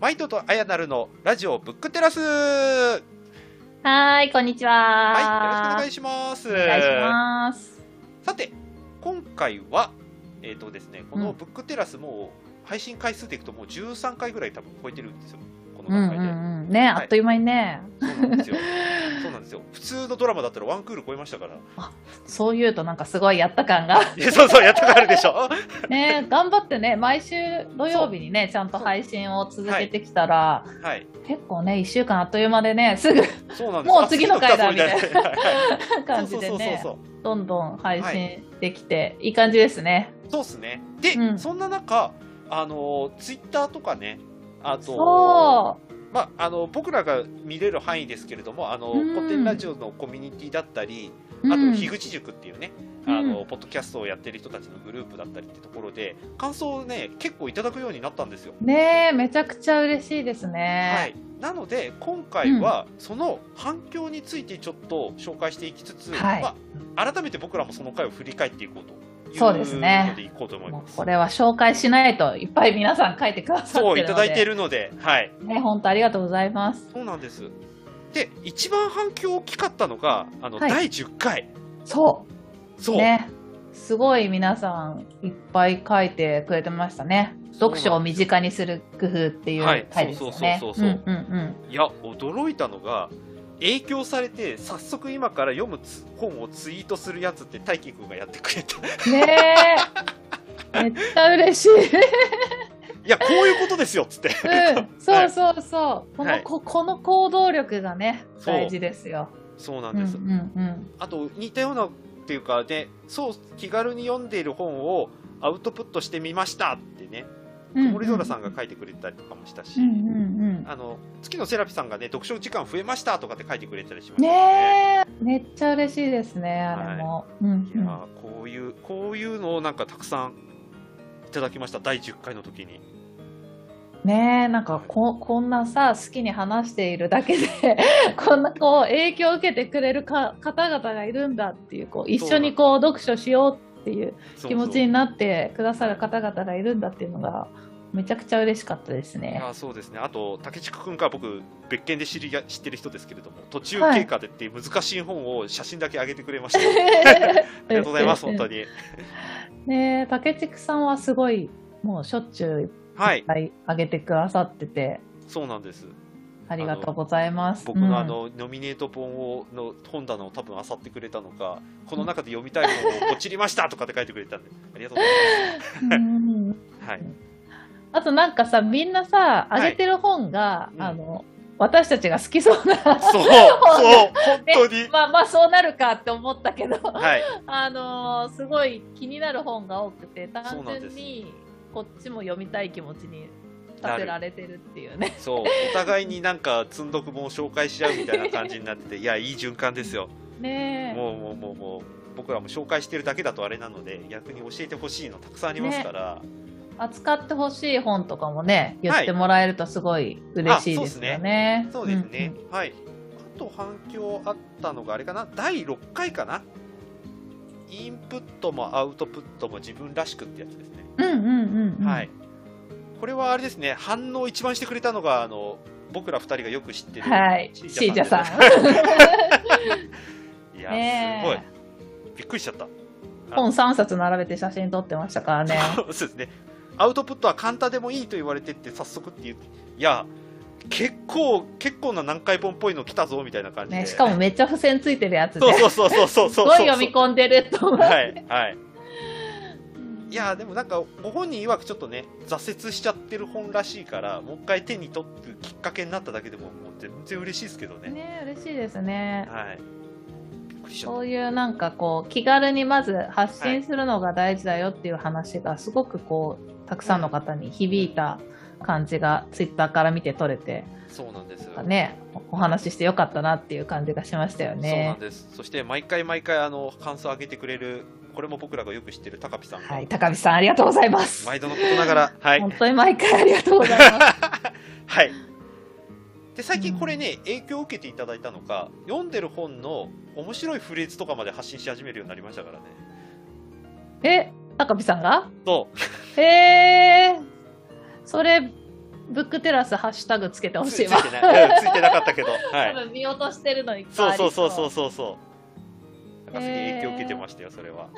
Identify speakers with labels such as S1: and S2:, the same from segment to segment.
S1: 毎度とあやなるのラジオブックテラスはい、よろしく
S2: はーい、こんにちは。
S1: お
S2: は
S1: 願いします。
S2: お願いします。
S1: さて、今回は、えっ、とですね、このブックテラスもう配信回数でいくともう13回ぐらい多分超えてるんですよ。この
S2: うん
S1: 段
S2: う
S1: 階で。
S2: んうん。ね、あっという間にね。
S1: そうなんですよ。そうなんですよ。普通のドラマだったらワンクール超えましたから。
S2: そう言うとなんかすごいやった感が。
S1: いやそうそう、やったがあるでしょ。
S2: ね、頑張ってね、毎週土曜日にね、ちゃんと配信を続けてきたら、
S1: はい。
S2: 結構ね、一週間あっという間でね、すぐ
S1: そうなんです
S2: もう次の回だみたいな
S1: な
S2: 感じでね
S1: そ、うそうそうそう。
S2: どんどん配信できて、いい感じですね。
S1: そうっすね。で、
S2: うん
S1: そんな中、あのツイッターとかね、あと、
S2: そ
S1: まあ、あの僕らが見れる範囲ですけれども、あの
S2: うん
S1: 古典ラジオのコミュニティだったり、
S2: う。
S1: あと
S2: うん
S1: 樋口塾っていうね、あのポッドキャストをやってる人たちのグループだったりってところで、感想をね、結構いただくようになったんですよ。
S2: ねめちゃくちゃ嬉しいですね。
S1: はい、なので、今回はその反響についてちょっと紹介していきつつ、
S2: はい
S1: まあ、改めて僕らもその回を振り返っていこうという
S2: そうですね
S1: のでいこうと思い
S2: も
S1: ま
S2: う
S1: す
S2: こ。れは紹介しないといっぱい皆さん書いてくださってる
S1: そ
S2: の
S1: う
S2: で
S1: いただいているので、はい、
S2: ね本当ありがとうございます
S1: そうなんです。で、一番反響大きかったのが、あの、
S2: はい
S1: 第10回。
S2: そ
S1: そうう。
S2: ねすごい皆さんいっぱい書いてくれてましたね読書を身近にする工夫っていう
S1: はい
S2: 回ですよね
S1: そうそうそう
S2: うんうん
S1: いや、驚いたのが、影響されて、早速今から読むつ本をツイートするやつって、大輝くんがやってくれた。い
S2: うんねえめっちゃ嬉しい、
S1: や、こういうことですよ、つって。
S2: うん、そうそうそうこの,、
S1: はい
S2: ここの行動力がね
S1: そう
S2: 大事ですよ
S1: そうな
S2: うんんう
S1: で
S2: ん
S1: す。
S2: うん
S1: あと、似たような、っていうかね、そう、気軽に読んでいる本をアウトプットしてみましたってね、
S2: うん
S1: 森空さんが書いてくれたりとかもしたし、
S2: うんうんうん
S1: あの、月のセラピさんがね、読書時間増えましたとかって書いてくれたりしましたよ
S2: ねえめっちゃ嬉しいですねあれも、うんうん
S1: いやーこういうこういうのをなんかたくさんいただきました第10回の時に
S2: ねえなんかここんなさ好きに話しているだけで こんなこう影響を受けてくれるか方々がいるんだっていうこう一緒にこう読書しようっていう気持ちに
S1: い
S2: なってくださる方々がいるんだっていうのがめちゃくちゃ嬉しかったです ね。
S1: やそうですねあと竹地君から僕別件で知り合い知ってる人ですけれども途中
S2: はい
S1: 経過でっていう難しい本を写真だけ上げてくれました
S2: あ
S1: ありがとうございます本当
S2: に。
S1: に
S2: ねえ竹地区さんはすごいもうしょっちゅう
S1: はい
S2: っ
S1: い
S2: ぱいあげてくださってて
S1: そうなんです
S2: ありがとうございます。
S1: 僕のあ
S2: うん
S1: の、ノミネート本をの本棚を多分漁ってくれたのかこの中で読みたい本を落ちりましたとかって書いてくれたんでありがとうござい
S2: うん
S1: ます、はい、
S2: あとなんかさみんなさ
S1: はい
S2: あげてる本が、
S1: うん
S2: あの私たちが好きそうな
S1: そうそう本当に
S2: まあまあそうなるかって思ったけど
S1: はい
S2: あのーすごい気になる本が多くて
S1: そう
S2: 単
S1: なんで
S2: 純
S1: す
S2: にこっちも読みたい気持ちにさせられてるっていうね
S1: そう、お互いになんか積んどく本を紹介し合うみたいな感じになってて、いや、いい循環ですよ。
S2: ねえ
S1: もうもうもうもう、僕らも紹介してるだけだとあれなので、逆に教えてほしいのたくさんありますから。
S2: 扱ってほしい本とかもね言ってもらえるとすごい嬉しいですよね。
S1: そうですね。はい。あと反響あったのがあれかな、第6回かな。インプットもアウトプットも自分らしくってやつですね。
S2: うんうんうんうん。
S1: はい。これはあれですね、反応一番してくれたのが、あの、僕ら二人がよく知ってる。
S2: はい。
S1: シ
S2: シ
S1: ー
S2: ー
S1: ジ
S2: ジ
S1: ャ
S2: ャ
S1: さ
S2: さ
S1: ん
S2: ん。
S1: いや、
S2: ね
S1: すごい
S2: え。
S1: びっくりしちゃった。
S2: 本3冊並べて写真撮ってましたからね。
S1: そうですね。アウトプットは簡単でもいいと言われてって、早速っていう。いや、結構、結構な何回本っぽいの来たぞみたいな感じで。
S2: ね、しかもめっちゃ付箋ついてるやつで
S1: そう。そうそうそうそうそう。
S2: すごい読み込んでると思う。
S1: はい、はい。いやーでもなんかご本人曰くちょっとね挫折しちゃってる本らしいからもう一回手に取ってきっかけになっただけでももう全然嬉しいですけどね
S2: ね、嬉しいですね。
S1: はいびっくりしちゃった
S2: そういうなんかこう気軽にまず発信するのが大事だよっていう話がすごくこうたくさんの方に響いた感じがツイッターから見て取れて
S1: そうなんです
S2: ねおお話ししてよかったなっていう感じがしましたよ
S1: そうな
S2: ね
S1: ん。です。そして毎回毎回あの感想を上げてくれる、これも僕らがよく知ってる高ピさんが、
S2: はい、高見さんありがとうございます。
S1: 毎度のことながら、はい、
S2: 本当に毎回ありがとうござい ます。
S1: はい。で最近これね、影響を受けていただいたのか、読んでる本の面白いフレーズとかまで発信し始めるようになりましたからね。
S2: え、高見さんが
S1: そう、
S2: へえそれブックテラスハッシュタグつけてほ
S1: つ
S2: しい
S1: つ
S2: わ
S1: い。てない、うんついてなかったけど、 は
S2: 多
S1: い、
S2: 分見落としてるのに。
S1: そうそうそう
S2: う
S1: そうそうそうなんかすげえ影響受けてましたよそれは、はい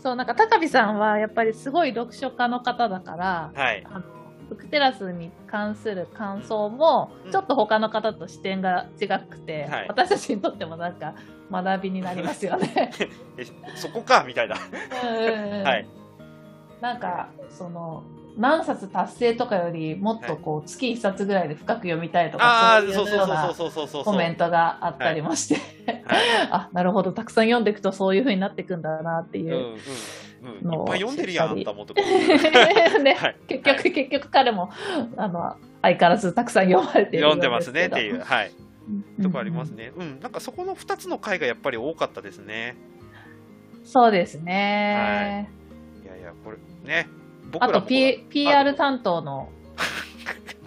S2: そうなんか高見さんはやっぱりすごい読書家の方だから、
S1: はい、
S2: あのブックテラスに関する感想も
S1: うん
S2: ちょっと他の方と視点が違くて、
S1: はい
S2: 私たちにとってもなんか学びになります よね。
S1: えそこかみたいな、は、
S2: はいなんかその何冊達成とかよりもっとこう月1冊ぐらいで深く読みたいと
S1: あ
S2: か
S1: あ
S2: そうい
S1: そう
S2: う
S1: そう
S2: ような
S1: そうそうそうそうそう
S2: コメントがあったりまして、あなるほどたくさん読んでいくとそういう風になっていくんだなってい
S1: うんうん
S2: う。
S1: うんいっぱい読んでるやんあんたもとか
S2: ね
S1: はい
S2: 結局、結局彼もあの相変わらずたくさん読まれてるよ
S1: 読
S2: うん
S1: でますねっていうう、
S2: です
S1: はい、
S2: けど。うん
S1: とこあります。ね。うん、なんかそこの2つの回がやっぱり多かったですね。
S2: そうですね。
S1: いやいや、これね、僕
S2: あ
S1: ら
S2: と
S1: も
S2: P PR 担当 の
S1: は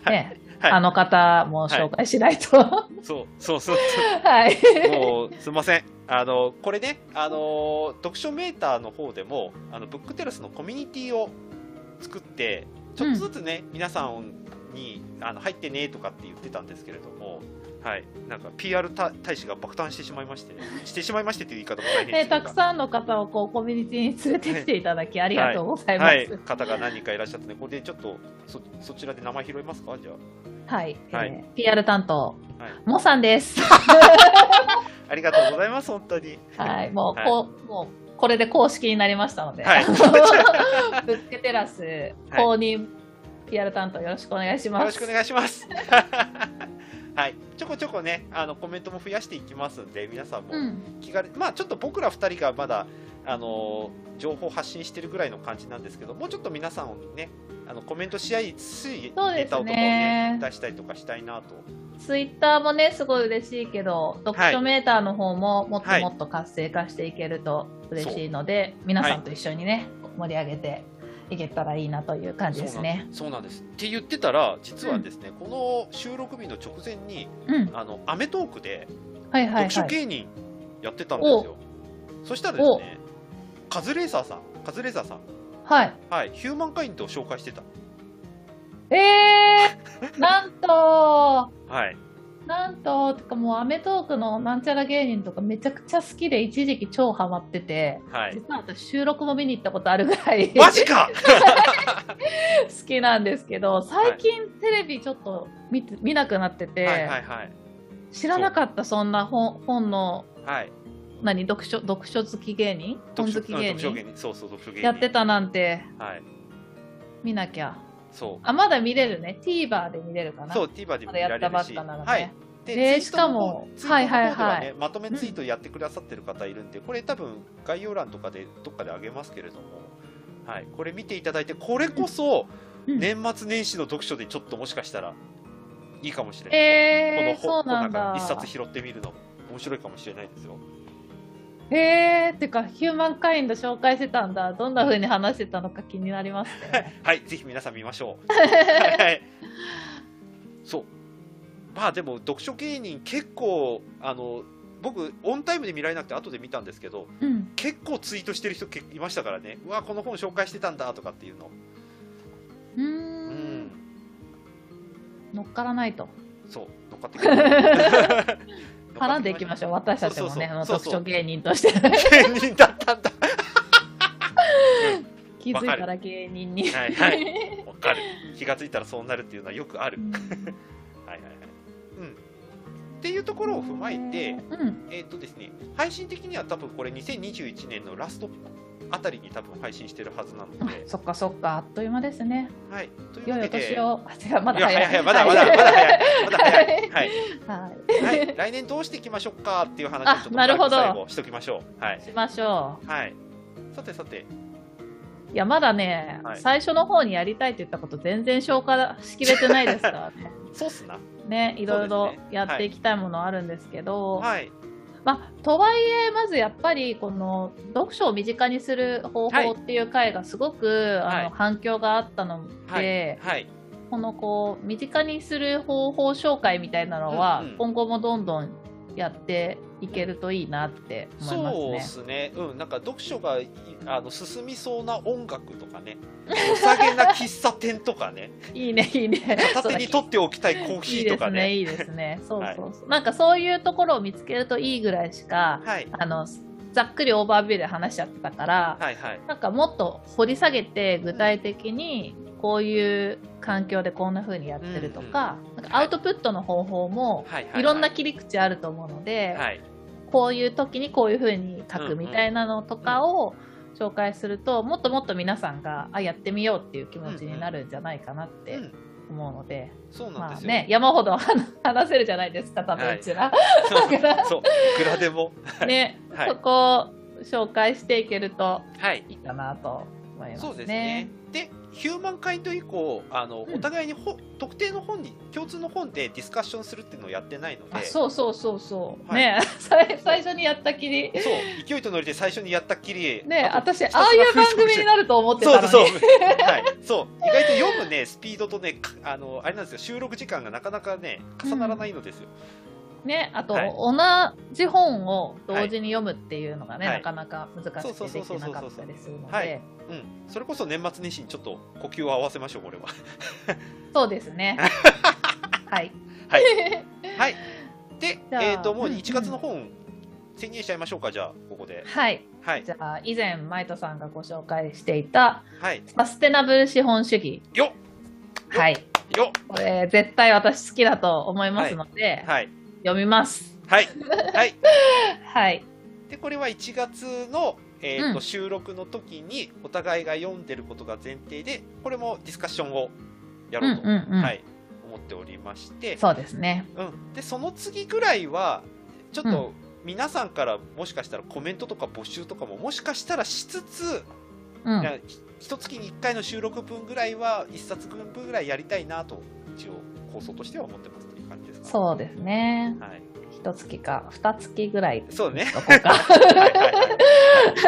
S1: い
S2: ね、
S1: はい
S2: あの方も紹介しないと。は
S1: そうそう そう、
S2: い。
S1: もうすいません。あの、これね、あの、読書メーターの方でも、あの、ブックテラスのコミュニティを作って、ちょっとずつね、皆さんにあの入ってねとかって言ってたんですけれども、はい、なんか PR た大使が爆誕してしまいまして、 してしまいましてという言い方も大変で
S2: え
S1: す
S2: たくさんの方をこうコミュニティに連れてきていただきありがとうございま
S1: は
S2: す。はいい、、
S1: 方が何人かいらっしゃってね、これでちょっとそそちらで名前拾いますか、じゃはい
S2: えー PR 担当、
S1: はい
S2: モさんです。
S1: あ。ありがとうございます、本当に。
S2: はい、もうこう、もうこれで公式になりましたので、
S1: はい
S2: ブックテラス公認 PR 担当よろしくお願いし
S1: よ
S2: ま
S1: ろし
S2: す。
S1: くお願いし ます。はい、ちょこちょこね、あのコメントも増やしていきますんで、皆さんも
S2: うん、
S1: 気軽に、まあ、ちょっと僕ら2人がまだ、あのー情報発信してるぐらいの感じなんですけど、もうちょっと皆さんをね、あのコメントしやすいネタ
S2: そうで
S1: を
S2: すね
S1: とかをね、出したりとかしたいなと。
S2: ツイッターもねすごい嬉しいけど、読書メーターの方ももっともっと活性化していけると嬉しいので、皆さんと一緒にね盛り上げていけたらいいなという感じですね。
S1: そうなんです。って言ってたら、実はですね、この収録日の直前に、
S2: うん、
S1: あの、アメトークで、
S2: はいはいはい。
S1: 読書芸人やってたんですよ、そしたらですねカズレーザーさんカズレーザーさん
S2: はい。
S1: はいヒューマンカインドを紹介してた
S2: えー、なんと、
S1: はい
S2: なんと、てかもう、アメトークのなんちゃら芸人とかめちゃくちゃ好きで、一時期超ハマってて、
S1: はい
S2: 実は私、収録も見に行ったことあるぐらい
S1: マジか
S2: 好きなんですけど、最近、テレビちょっと見て見なくなってて、
S1: はいはいはい
S2: 知らなかった、そんな本本の、
S1: はい
S2: 何、読書読書好き芸人本好き芸
S1: 読書
S2: 人
S1: 芸人そうそう読書芸人
S2: やってたなんて、
S1: はい
S2: 見なきゃ。
S1: そ
S2: あ、まだ見れるね。TVR で見れるか
S1: う
S2: な。
S1: そう TVR でも見
S2: まだや
S1: ら
S2: っ
S1: れ
S2: たば
S1: る
S2: っ
S1: し
S2: かなの
S1: は
S2: で
S1: い。
S2: で
S1: ツイートの方
S2: しかもはいはいはい
S1: ツイートの方でねまとめツイートやってくださってる方いるんで、これ多分概要欄とかでどっかであげますけれども、はい、これ見ていただいて、これこそ
S2: うん
S1: 年末年始の読書でちょっともしかしたらいいかもしれない。
S2: えー、
S1: この
S2: そう
S1: 本
S2: なん
S1: か
S2: だ
S1: ら。一冊拾ってみるの面白いかもしれないですよ。
S2: へえー、てかヒューマンカインド紹介してたんだどんな風に話してたのか気になりますね
S1: はい、ぜひ皆さん見ましょ う。はい、そう。まあでも読書芸人結構あの僕オンタイムで見られなくて後で見たんですけど
S2: うん
S1: 結構ツイートしてる人けいましたからねうわこの本紹介してたんだとかっていうの
S2: うー
S1: うんん
S2: 乗っからないと
S1: そう乗っか ってくる乗っかってきま
S2: 絡んでいきましょう私たち
S1: そ
S2: もね
S1: うそうそう
S2: あの
S1: そう
S2: 読
S1: そう
S2: 書芸人として
S1: 芸人だったんだ
S2: 気づいたら芸人に
S1: はいはいわかる気がついたらそうなるっていうのはよくあるはいはいはい。うん。っていうところを踏まえて、
S2: うん
S1: えっ、とですね、配信的には多分これ2021年のラストあたりに多分配信してるはずなの
S2: あ
S1: で、
S2: そっかそっかあっという間ですね
S1: はい。という
S2: 良
S1: わ
S2: い
S1: け
S2: お
S1: で、
S2: 年をあ違うまだ
S1: いや
S2: 早い
S1: 早いまだまだまだ早いまだ早い。はい。
S2: は
S1: はい来年どうしていきましょうかっていう話をちょっと
S2: あなるほど
S1: 最後しときましょう。はいい
S2: しましょ
S1: はい。さてさて、
S2: ういやまだね、
S1: はい
S2: 最初の方にやりたいって言ったこと全然消化しきれてないですからね
S1: そうっすな。
S2: ね、いろい
S1: そう
S2: ろ
S1: ですね
S2: やっていきたいものあるんですけど、
S1: はい
S2: まあ、とはいえまずやっぱりこの読書を身近にする方法っていう回がすごく、
S1: はい
S2: あの反響があったので、
S1: はい
S2: このこう身近にする方法紹介みたいなのは、
S1: うんうん
S2: 今後もどんどんやっていけるといいなって思います
S1: そうで
S2: ね。
S1: すね、うん、なんか読書がいあの進みそうな音楽とかね、良さげな喫茶店とかね、
S2: いいねいいね。
S1: 片手に取っておきたいコーヒーとかね、
S2: いいですねいいですね。そうそうそう、なんかそういうところを見つけるといいぐらいしか、
S1: はい、
S2: あのざっくりオーバービューで話しちゃってたから、
S1: はい、はい、
S2: なんかもっと掘り下げて具体的にこういう環境でこんな風にやってるとか、なんかアウトプットの方法も
S1: はい、はい
S2: ろんな切り口あると思うので、
S1: はい、
S2: こういう時にこういう風に書くみたいなのとかを紹介すると、もっともっと皆さんがあやってみようっていう気持ちになるんじゃないかなっ
S1: う
S2: て
S1: ん、
S2: 思うので、
S1: そうなん
S2: ま
S1: で
S2: あ
S1: すよ、
S2: ね山ほど話話せるじゃないですか多分うちら、
S1: そう、 そういくらでも、
S2: ね、
S1: はい
S2: そこを紹介していけると
S1: はい、
S2: いいかなと思いますね。
S1: そうですね。で、ヒューマンカインド以降、あの、
S2: うん
S1: お互いにほ特定の本に共通の本でディスカッションするっていうのをやってないので、
S2: あ
S1: う。
S2: そうそうそうそう、
S1: はい
S2: ね 最最初にやったきり
S1: そう勢いと乗りで最初にやったっきり、
S2: ね
S1: あと
S2: 私
S1: ひたすら
S2: ああいう番組になると思ってたのに
S1: そうそうそう、 はい、そう意外と読むねスピードとねかあのあれなんですよ収録時間がなかなかね重ならないのですよ、
S2: ねあと、
S1: はい
S2: 同じ本を同時に読むっていうのがね、
S1: はい
S2: なかなか難しくてできなかったりするので、
S1: はいうんそれこそ年末年始にちょっと呼吸を合わせましょうこれは
S2: そうです ねはい
S1: はい、はい、で
S2: じゃあ
S1: えっ、ともう
S2: うんうん
S1: 1月の本宣言しちゃいましょうかじゃあここで
S2: はい
S1: はい
S2: じゃあ以前マイトさんがご紹介していた
S1: はい
S2: サステナブル資本主義
S1: よ
S2: はい
S1: っよ
S2: これ絶対私好きだと思いますので、
S1: っはい
S2: 読みます
S1: はいはい
S2: はい
S1: でこれは1月の、えーと
S2: うん
S1: 収録の時にお互いが読んでることが前提でこれもディスカッションをや
S2: うん
S1: ろうと、
S2: うんうん、
S1: はい、思っておりまして
S2: そうですね
S1: うん、でその次ぐらいはちょっと皆さんからもしかしたらコメントとか募集とかももしかしたらしつつ、
S2: うん
S1: いやひ一月に1回の収録分ぐらいは1冊分ぐらいやりたいなと一応構想としては思ってますという感じですか、
S2: そうですね。
S1: はい、
S2: 一月か二月ぐらい。
S1: そうね
S2: ど こか。
S1: はいはいは い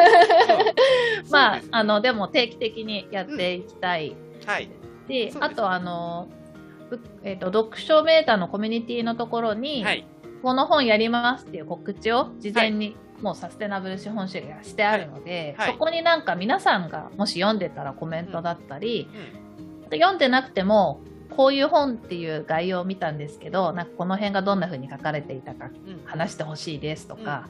S1: そうそう
S2: まあ
S1: です、ね
S2: あの、でも定期的にやっていきたい
S1: はい
S2: し、
S1: そうですね
S2: あと、あの、ぶえっ、と、読書メーターのコミュニティのところに、
S1: はい
S2: この本やりますっていう告知を事前に、もうサステナブル資本主義がしてあるので、
S1: はいはい
S2: そこになんか皆さんがもし読んでたらコメントだったり、読んでなくてもこういう本っていう概要を見たんですけどなんかこの辺がどんな風に書かれていたか
S1: うんうん
S2: 話してほしいですとか、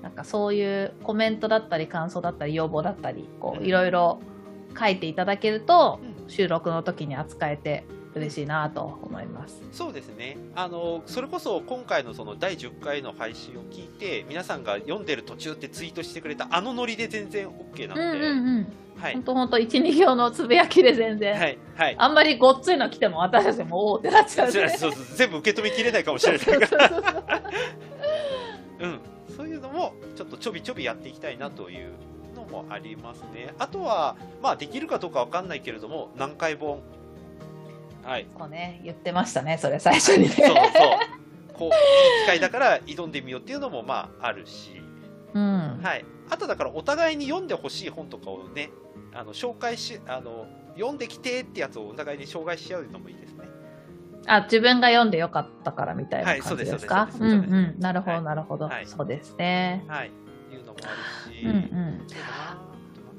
S2: なんかそういうコメントだったり感想だったり要望だったりこ
S1: うん
S2: ういろいろ書いていただけると
S1: う
S2: 収録の時に扱えて嬉しいなと思います。
S1: そうですねあのそれこそ今回のその第10回の配信を聞いて皆さんが読んでる途中ってツイートしてくれたあのノリで全然 OK な
S2: うん
S1: の
S2: う
S1: で、
S2: んうん。
S1: は
S2: 本
S1: い、
S2: 当本当一二行のつぶやきで全然、
S1: はいはい
S2: あんまりごっついの来ても私たちもおおってなっちゃうん
S1: そう
S2: で。
S1: そうそう全部受け止めきれないかもし
S2: そ
S1: れ
S2: う
S1: ない
S2: そう
S1: か
S2: そうそう
S1: ら、うん、そういうのもちょっとちょびちょびやっていきたいなというのもありますねあとは、まあ、できるかどうかわかんないけれども何回本はい
S2: そうね言ってましたねそれ最初に
S1: そうそう
S2: ね。
S1: こういい機会だから挑んでみようっていうのもまああるし
S2: うん。
S1: はい、あとだからお互いに読んでほしい本とかをねあの紹介しあの読んできてってやつをお互いに紹介し合うのもいいですね
S2: あ自分が読んでよかったからみたい
S1: はい
S2: な
S1: そう
S2: 感
S1: で
S2: じ
S1: す
S2: ですか。
S1: そう
S2: う
S1: で
S2: ん
S1: すそううです
S2: んなるほ
S1: は
S2: ど
S1: い
S2: なるほど
S1: はい
S2: そうですね。
S1: はいいうのもあるし、
S2: うんうん。
S1: そうだな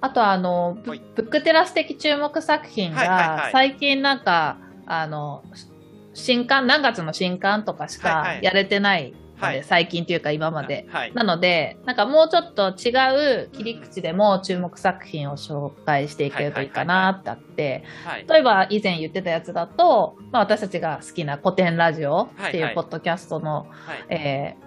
S2: あとあのブ
S1: はい
S2: ブックテラス的注目作品
S1: はいはいは
S2: が
S1: い
S2: 最近なんかあのし新刊何月の新刊とかし
S1: はい
S2: か
S1: はい
S2: やれてないの
S1: はい
S2: で最近というか今まで
S1: はい
S2: なのでなんかもうちょっと違う切り口でも注目作品を紹介していけるといいかなってあって
S1: はい
S2: 例えば以前言ってたやつだとまあ私たちが好きな古典ラジオって
S1: はい
S2: い
S1: はいう
S2: ポッドキャストの
S1: はい
S2: えー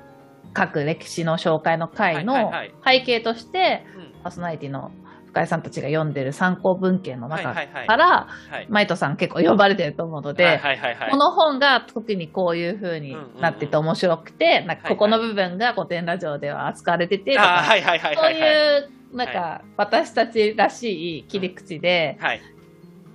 S2: 各歴史の紹介の回
S1: はい
S2: の
S1: はいはい
S2: 背景として
S1: うん
S2: パーソナリティの深井さんたちが読んでる参考文献の
S1: はい
S2: 中
S1: は
S2: か
S1: いはい
S2: ら
S1: はい
S2: マイトさん結構呼ばれてると思うので、
S1: はいはいはいはい
S2: この本が特にこういう風になってて面白くて、なんかここの部分が古典ラジオでは扱われててとか、
S1: あーはいはいはいはいはい
S2: そういうなんか私たちらしい切り口で
S1: はい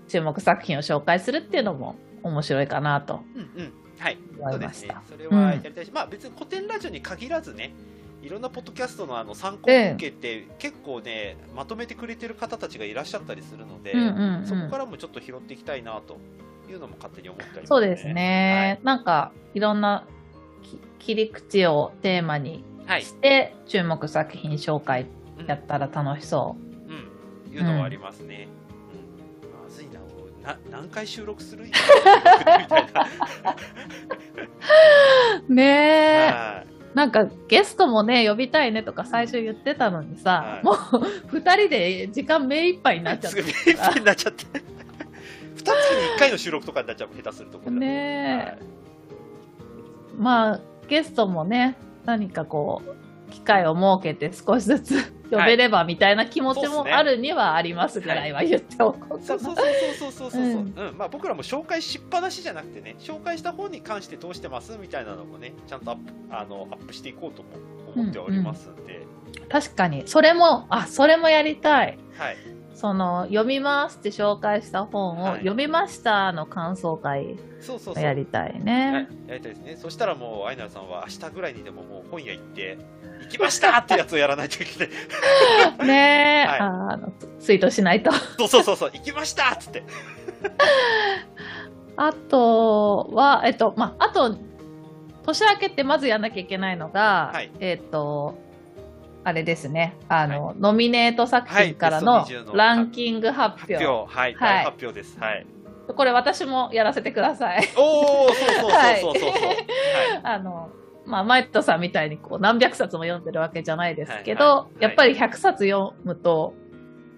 S2: 注目作品を紹介するっていうのも面白いかなと
S1: うんうんはい
S2: 思
S1: そ
S2: いう
S1: で
S2: ますし
S1: ね
S2: た。
S1: それ
S2: うん
S1: はやりたいし、まあ別に古典ラジオに限らずねいろんなポッドキャストのあの参考文献って結構ね、まとめてくれてる方たちがいらっしゃったりするので、
S2: うんうんうん
S1: そこからもちょっと拾っていきたいなというのも勝手に思ってあります、ね、
S2: そうですね。なんか、いろんなき切り口をテーマに
S1: はい
S2: して、注目作品紹介やったら楽しそう。
S1: うん、いうのはありますね。うんまずいな、もうな何回収録するみたいな。
S2: ねえ、
S1: はい
S2: なんかゲストもね、呼びたいねとか最初言ってたのに
S1: は
S2: さ、
S1: い
S2: もう二人で時間目いっぱいになっちゃっ
S1: すぐ
S2: て
S1: ビリビリになっちゃって。二月に一回の収録とかになっちゃう下手するところだと
S2: ねまあゲストもね、何かこう、機会を設けて少しずつ呼べればみたいな気持ち
S1: そうっす
S2: も
S1: ね
S2: あるにはありますぐらいは言っておこう
S1: そ
S2: か
S1: うそ
S2: な
S1: う。そうそうそうそうそう、
S2: う
S1: うんんまあ、僕らも紹介しっぱなしじゃなくてね紹介した方に関してどうしてますみたいなのもねちゃんとアップあのアップしていこうとも思っておりますんで、
S2: 確かに、それも、あ、それもやりたい。
S1: はい、
S2: その、読みますって紹介した本を、
S1: はい
S2: 読みましたの感想会
S1: そうそう
S2: を
S1: そう
S2: やりた
S1: は
S2: い
S1: い
S2: ね。、
S1: やりたいですね。そしたらもう、アイナルさんは明日ぐらいにでももう本屋行って、行きましたってやつをやらないといけない。
S2: ねえ、
S1: はい
S2: あの、ツイートしないと。
S1: そうそうそうそう、行きましたっつって。
S2: あとは、えっと、まあ、あと、年明けってまずやんなきゃいけないのが、
S1: はい
S2: えっと、あれですね、あの、ノミネート作品か
S1: は
S2: ら
S1: い
S2: の
S1: ベスト20の
S2: ランキング発
S1: 発
S2: 表。
S1: 表、はい、
S2: はい
S1: 大発表です。はい。
S2: これ私もやらせてください。
S1: おー、そうそうそうそうそうそう。
S2: は
S1: はいい。
S2: あの、まあ、マイトさんみたいにこう何百冊も読んでるわけじゃないですけど、
S1: はいはいはい
S2: やっぱり100冊読むと、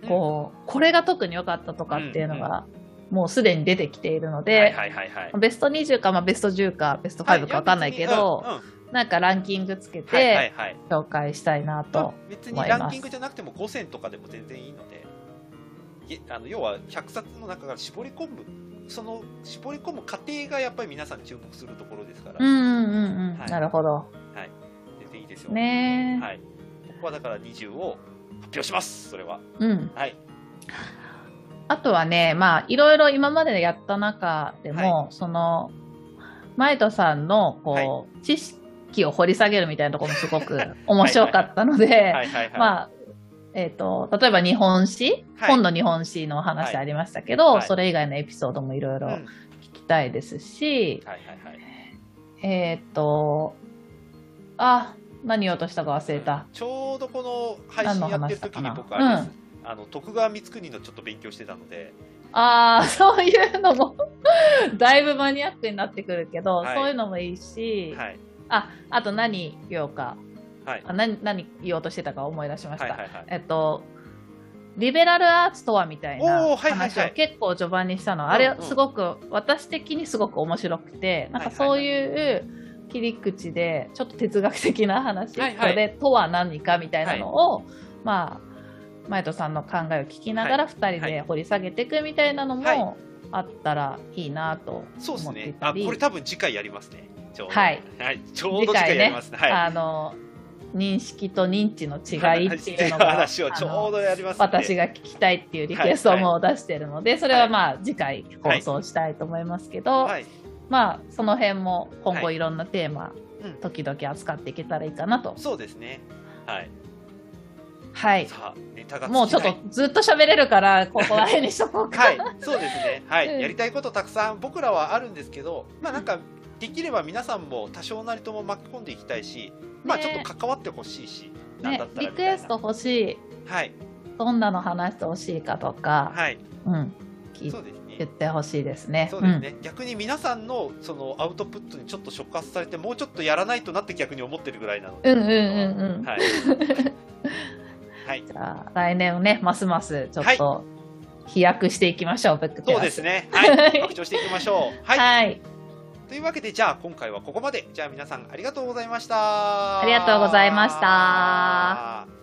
S2: こう、これが特に良かったとかっていうのが、もうすでに出てきているので、
S1: はいはいはいはい。
S2: ベスト20か、まあ、ベスト10か、ベスト5かわかんないけど、
S1: はいや別に
S2: なんかランキングつけ
S1: うんうんはいは
S2: て
S1: いはい。
S2: 紹介したいなと。
S1: まあ別にランキングじゃなくても5000とかでも全然いいので、いあの要は100冊の中から絞り込む、その絞り込む過程がやっぱり皆さん注目するところですから、
S2: うんうんうんうん、
S1: はい
S2: なるほど。
S1: 全然いいですよ。
S2: ねえ、
S1: はい、僕はだから20を発表します、それは。
S2: うん。
S1: はい、
S2: あとはね、まあいろいろ今までやった中でも、その前戸さんのこう、
S1: はい
S2: 知識を掘り下げるみたいなところもすごく 面白かったので、
S1: はい、はい、はい。
S2: まあ。えー、と例えば日本史、
S1: はい
S2: 本の日本史の話ありましたけど、
S1: はい
S2: それ以外のエピソードもいろいろ
S1: うん、はい、
S2: 聞きたいですし、
S1: はい、はい。
S2: えーっと、あ、何を落としたか忘れた。
S1: ちょうどこの配信やってる時に僕あれ
S2: 何の話だ
S1: です。あの徳川光圀のちょっと勉強してたので、
S2: ああ、そういうのも、 だいぶマニアックになってくるけど、
S1: はい
S2: そういうのもいいし、
S1: はい、
S2: あ、あと何言おうか、
S1: はい、
S2: あ何、何言おうとしてたか思い出しました。
S1: はい、はい、はい。
S2: えっと、リベラルアーツとはみたい
S1: お
S2: な
S1: ーはいはいはい
S2: 話を結構序盤にしたの、
S1: うん
S2: あ
S1: う
S2: れ
S1: ん
S2: すごく私的にすごく面白くてなんかそういう切り口でちょっと哲学的な話、
S1: はいはい
S2: それとは何かみたいなのを、まあ前戸さんの考えを聞きながら2人
S1: は
S2: で
S1: い
S2: 掘り下げていくみたいなの
S1: はい
S2: もあったらいいなと
S1: そうです
S2: 思ってい
S1: ね。
S2: た
S1: あ、
S2: り、
S1: これ多分次回やりますね。ちょうど。
S2: はい、
S1: ちょうど次回やりますね。はい。
S2: あの認識と認知の違いっていうのが
S1: 話をちょうどやりますんで。
S2: 私が聞きたいっていうリクエストを
S1: はいはい
S2: もう出してるので、それはまあ次回放送したいと思いますけど、
S1: はい、
S2: まあその辺も今後
S1: はい
S2: いろんなテーマ、
S1: うん
S2: 時々扱っていけたらいいかなと。
S1: そうですね。はい。
S2: はい。
S1: さあ、ネタが尽きない
S2: もうちょっとずっと喋れるから、ここら辺にしとこうか。
S1: はい、そうですね。は
S2: うん
S1: い、やりたいことたくさん僕らはあるんですけど、まあなんかできれば皆さんも多少なりとも巻き込んでいきたいし、まあ
S2: ね
S1: ちょっと関わってほしいし、なん
S2: ね
S1: だっ、たら
S2: リ
S1: み
S2: ク
S1: たいな
S2: エスト欲しい。
S1: はい、
S2: どんなの話してほしいかとか、
S1: はい、
S2: うん。聞い
S1: そうです
S2: 言っ
S1: ね。
S2: てほしいですね。
S1: そうですね、逆に皆さんのそのアウトプットにちょっと触発されてもうちょっとやらないとなって逆に思ってるぐらいなので、
S2: うんうんうんうんうん
S1: はいはい、
S2: うん。じゃあ、来年をね、ますますちょっと飛躍していきましょう、ブックテラ
S1: そ
S2: ス
S1: うですねはい拡張していきましょうはい、
S2: はい。
S1: というわけでじゃあ今回はここまでじゃあ皆さんありがとうございました
S2: ありがとうございました